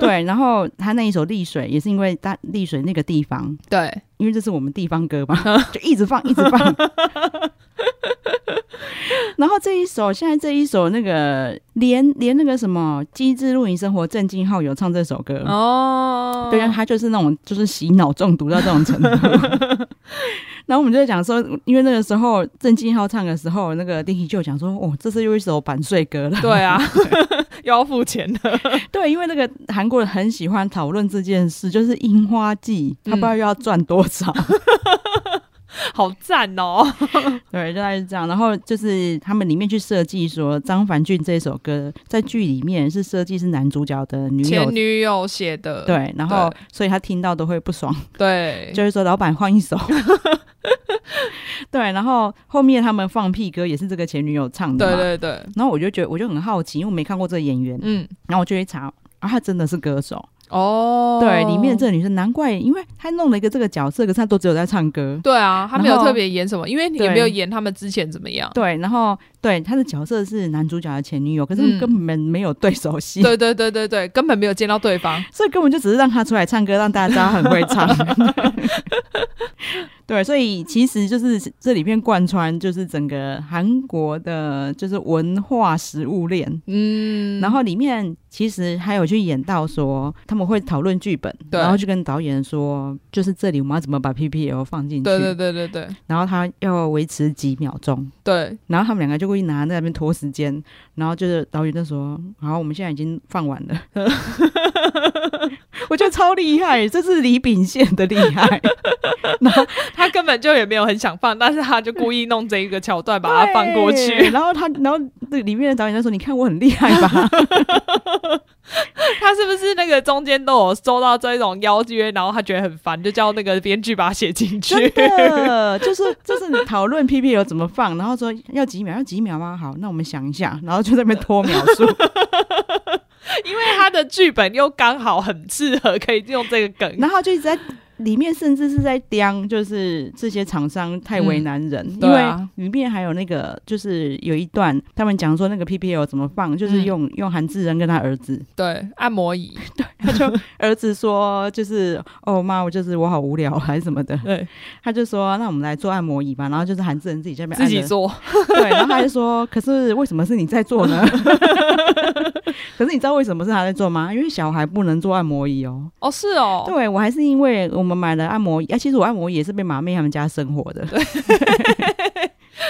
对，然后他那一首《丽水》也是因为大丽水那个地方，
对，
因为这是我们地方歌嘛，
嗯
就一直放一直放。 然后这一首，现在这一首，那个连连那个什么《机智露营生活》郑敬浩有唱这首歌，
嗯哦，
对啊，他就是那种就是洗脑中毒到这种 程度。然后我们就在讲说，因为那个时候郑敬浩唱的时候，那个 d i c k y 就有讲说，哦，这是又一首版税歌了。
对啊， 又要付钱了，
对，因为那个韩国人很喜欢讨论这件事，就是樱花季，他
嗯
不知道又要赚多 少。
好赞哦，
对，就大概是这样。然后就是他们里面去设计说，张凡俊这首歌在剧里面是设计是男主角的女友
前。女友写的，
对，然后所以他听到都会不爽，
对，
就是说老板换一首。 对，然后后面他们放屁歌也是这个前女友唱的嘛。
对对对，
然后我就觉得我就很好奇，因为我没看过这个演员，
嗯
然后我就去查，啊，他真的是歌手，
哦，
对，里面的这个女生，难怪，因为她弄了一个这个角色，可是她都只有在唱歌。
对啊，他没有
然后
特别演什么，因为你也
对
没有演他们之前怎么样。
对，然后对她的角色是男主角的前女友，可
嗯
是根本没有对手戏，
对对对对对，根本没有见到对方。
所以根本就只是让她出来唱歌，让大家知道她很会 唱。对，所以其实就是这里面贯穿就是整个韩国的，就是文化食物链。
嗯，
然后里面其实还有去演到说他们会讨论剧本，
对
然后就跟导演说，就是这里我们要怎么把 PPL 放进去，
对对对对对
然后他要维持几秒钟，
对，
然后他们两个就故意拿在那边拖时间，然后就是导演就说：“好，我们现在已经放完了。” 我觉得超厉害，这是李秉宪的厉害，
他根本就也没有很想放，但是他就故意弄这一个桥段把它放过
对
去。
然后他，然后那里面的导演就说：“你看我很厉害吧
他是不是那个中间都有收到这种邀约，然后他觉得很烦，就叫那个编剧把它写进？”去？
真的，就是就是讨论 PPL 怎么放，然后说要几秒，要几秒吗？好，那我们想一下，然后就在那边拖秒数。
因为他的剧本又刚好很适合可以用这个梗。
然后就一直在里面，甚至是在刁，就是这些厂商太为难人，因
嗯对
为
啊
里面还有那个，就是有一段他们讲说那个 PPL 怎么放，就是
嗯
用、用韩志仁跟他儿子，
对，按摩椅，
他就儿子说就是哦妈，我就是我好无聊啊还是什么的，
对，
他就说那我们来做按摩椅吧，然后就是韩志仁自己在那边
自
按
己
着
做。
对，然后他就说：“可是为什么是你在做呢？” 可是你知道为什么是他在做吗？因为小孩不能做按摩椅哦。
哦，是哦，
对我还是因为我们买了按摩椅，啊，其实我按摩椅也是被马妹他们家生活的。 对，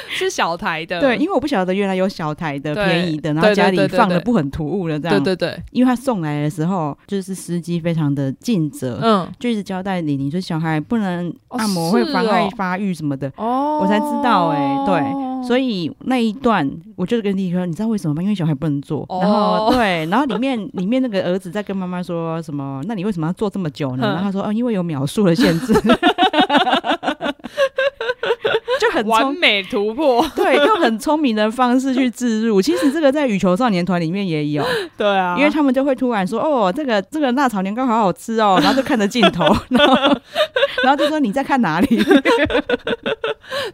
是小台的。
因为我不晓得原来有小台的
对
便宜的，然
对
后
对
家
对
里
对
放的
对
不很突兀的这样。
对对对，
因为他送来的时候，就是司机非常的尽责，
嗯，
就一直交代李宁说小孩不能
哦
按摩会
是
妨碍
哦
发育什么的。
哦
嗯我才知道欸对所
以
以那一段，我就跟弟弟说，你知道为什么吗？因为小孩不能做。
哦
然后对，然后里面 里面那个儿子在跟妈妈说什么？那你为什么要做这么久呢？
嗯
然后他说，哦，因为有秒数的限 制，就很
完
聪
美 突破，
对，用很聪明的方式去置入。其实这个在羽球少年团里面也有，
对啊
因为他们就会突然说，哦，这个这个辣炒年糕好好吃 哦，然后就看着镜头，然后然后就说你在看哪里？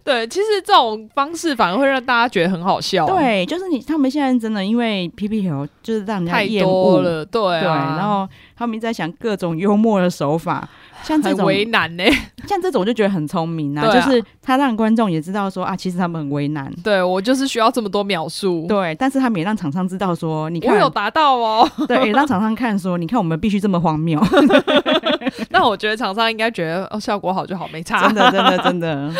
对，其实这种方式反而会让大家觉得很好笑，，
对，就是你，他们现在真的因为 P P L 就是让人家
太
厌
多
恶，
了，对啊，
对，然后他们一直在想各种幽默的手 法，像这
很
种
为难欸呢、
像这种我就觉得很聪明啊，
对
就
啊
是他让观众也知道说啊，其实他们很为难，
对我就是需要这么多描述，
对，但是他们也让厂商知道说，你
我有
看，
达到哦。
对，也让厂商看说，你看我们必须这么荒谬，
那我觉得厂商应该觉得哦，效果好就好，没差。
真的，真的，真的。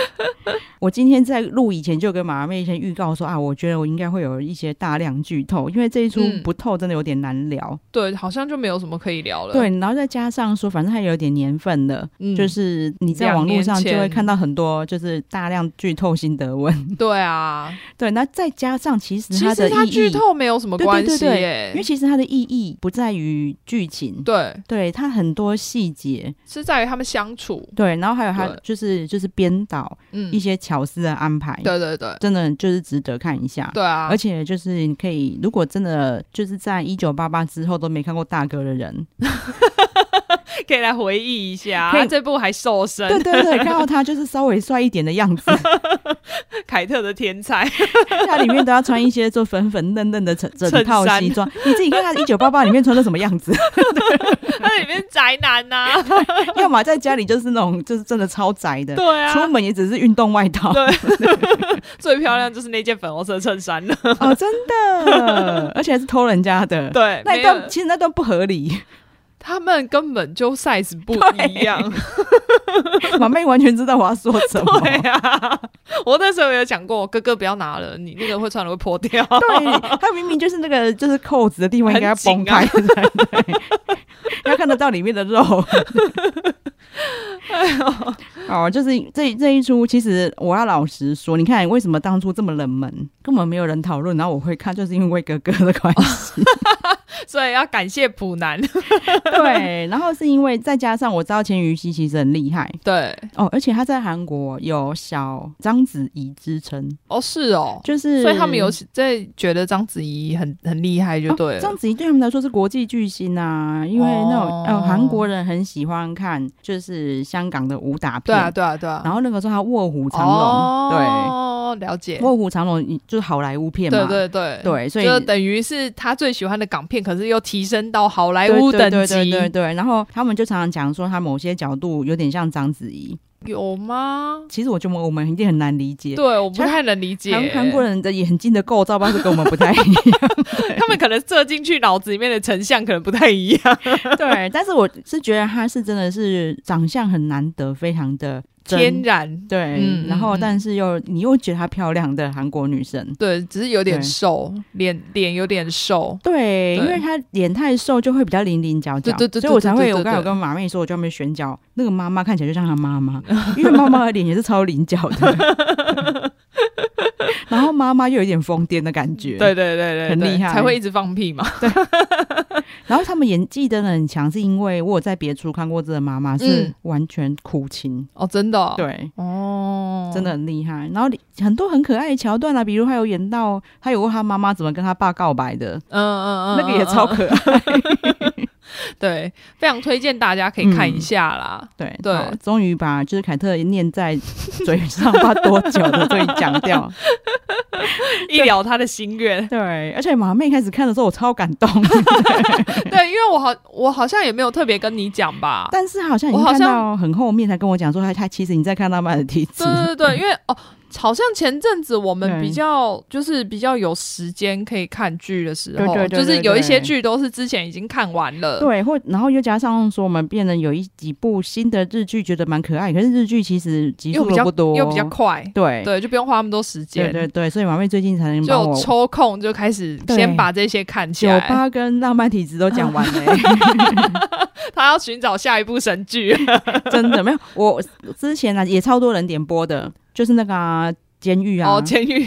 我今天在录以前就跟马妹先预告说啊，我觉得我应该会有一些大量剧透，因为这一出
嗯
不透真的有点难聊。
对，好像就没有什么可以聊了。，
对，然后再加上说，反正它也有点年份了。
嗯，
就是你在网络上就
两
会
年前
看到很多，就是大量剧透心得文。
对啊。
对，那再加上其实
其
它
实
的
它
意
剧
义，
透没有什么
对对
关
对
系
对
耶、
因为其实它的意义不在于剧情，
对，
对它很多细节，
是在于他们相处。
对，然后还有它
对
就是就是编导
嗯
一，些巧思的安排，
对对对，
真的就是值得看一下。
对啊
而。且就是你可以，如果真的就是在一九八八之后都没看过大哥的人，
可以来回忆一下，
可以
他这部还瘦身，
对对对，看到他就是稍微帅一点的样子，
凯特的天 才，
他里面都要穿一些就粉粉嫩嫩的整整
衬
套
衫
西装。你自己看他一九八八里面穿的什么样 子，
他里面宅男啊呐、
要么在家里就是那种就是真的超宅的，
对
出
啊，
门也只是运动外套。
对最漂亮就是那件粉红色衬衫了，
哦，真 的，而且还是偷人家的。
啊对，
那
没
一
有
段其实那段不合理，
他们根本就 size 不一样，
马妹完全知道我要说什么。
对啊， 我那时候有讲过，我哥哥不要拿了，你那个会穿了会破 掉，
对，他明明就是那个 就是扣子的地方应该要崩开， 对
啊哎
对，要看得到里面的肉。哦，就是这这一出，其实我要老实说，你看为什么当初这么冷门，根本没有人讨论，然后我会看，就是因为魏哥哥的关 系。
所以要感谢普南。
对，然后是因为再加上我知道钱鱼熙其实很厉害
对，
哦，而且他在韩国有小章子怡之称，
哦是哦，
就是
所以他们有在觉得章子怡很很厉害就对
哦
了。
章子怡对他们来说是国际巨星啊，因为那种
哦
呃韩国人很喜欢看就是香港的武打
对
片，
啊对啊对啊，
然后那个时候他卧虎藏龙，
哦，了解
对，。卧虎藏龙就是好莱坞片嘛，
对对对
对所以
就等于是他最喜欢的港片，可是又提升到好莱
对
坞
对
等
对对
级，
对对，然后他们就常常讲说他某些角度有点像章子怡，
有吗？
其实我觉得我们一定很难理解。
对，我不太能理解
韩韩国人的眼睛的构造，不是跟我们不太一 样。
他们可能射进去脑子里面的成像可能不太一样。
对，但是我是觉得他是真的是长相很难得，非常的 真
天然。
对，
嗯
然后
嗯嗯
但是又你又觉得她漂亮的韩国女生，
对，只是有点
对
瘦，脸脸有点瘦。
对，因为她脸太瘦就会比较棱棱角角，
对对对对
所以我才
对
会
对对
我刚才有跟马妹说，我专门选角，那个妈妈看起来就像她妈 妈，因为妈妈的脸也是超棱角的， 然后妈妈又有一点疯癫的感觉，
对，对对对，
很
对
厉害
才会一直放屁嘛。
然后他们演技真的很强，是因为我有在别处看过这个妈妈是
嗯
完全苦情，
哦，真的、哦，，
对。
哦，
真的很厉害，然后很多很可爱的桥段啊，比如她有演到她有问她妈妈怎么跟她爸告白的，
嗯，嗯嗯嗯，
那个也超
嗯
可爱。
嗯对，非常推荐大家可以
嗯
看一下 啦。
对
对
好终于把就是凯特念在嘴上，不知道多久的终于讲 掉。
一聊他的心愿，
对，而且马妹开始看的时候，我超感 动，
对，因为我好，我好像也没有特别跟你讲吧。
但是好像已
我
经
好
看
像
到很后面才跟我讲说，她她其实你在看到曼的提词
对。对对，因为哦，好像前阵子我们
对
比较就是比较有时间可以看剧的时候，
对对对
就是
对
有一些
对
剧都是之前已经看完了。
对，或然后又加上说，我们变得有一几部新的日剧，觉得蛮可爱。可是日剧其实集
又
数
比
都
较
不多，
又比较快，
对
对，就不用花那么多时间。
对对对，所以马妹最近才能把
就
我
抽空就开始
对
先把这些看起
酒
来，
吧跟浪漫体质都讲完了、
他要寻找下一部神 剧。
真的没有。我之前啊呢也超多人点播的，就是那个啊监狱啊，
哦，监狱，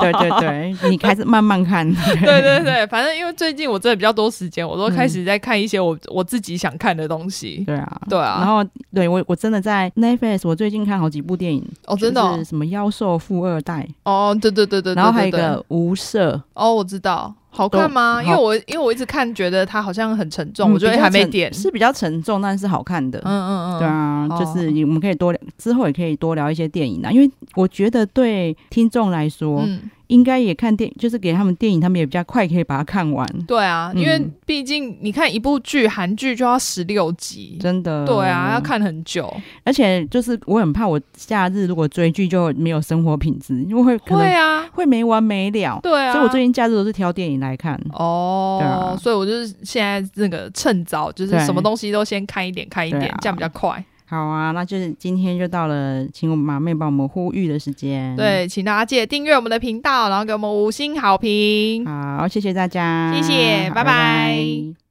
对对对，你开始慢慢看。
对对对，反正因为最近我真的比较多时间，我都开始在看一些我、我自己想看的东西。
嗯对啊，
对
然
啊，
后对我我真的在 Netflix，我最近看好几部电影，
哦，真的
就
哦
是，什么《妖兽富二代》，
哦对对对对，对
然后还有一
对对
个《无赦》，
哦，我知道，好看吗？
都
因为我因为我一直看，觉得它好像很沉重，
嗯
我觉得
比较
还没
沉
点。
是比较沉重，但是好看的。
嗯嗯嗯，
对啊，
哦
就是我们可以多聊，之后也可以多聊一些电影啊，因为我觉得对听众来说，
嗯，
应该也看电，就是给他们电影，他们也比较快可以把它看完，
对啊，因为
嗯
毕竟你看一部剧，韩剧就要十六集，
真的。
对啊，要看很久。
而且就是我很怕，我假日如果追剧就没有生活品质，因为会可
会
能
啊，
会没完没了。
对啊，
所以我最近假日都是挑电影来看。
哦，
对啊
所以我就是现在那个趁早，就是
对
什么东西都先看一点，看一点，
对啊
这样比较快。
好啊，那就是今天就到了，请我们马妹帮我们呼吁的时间。，
对，请大家记得订阅我们的频道，然后给我们五星好评。
好，谢谢大家，
谢谢
好
拜拜
拜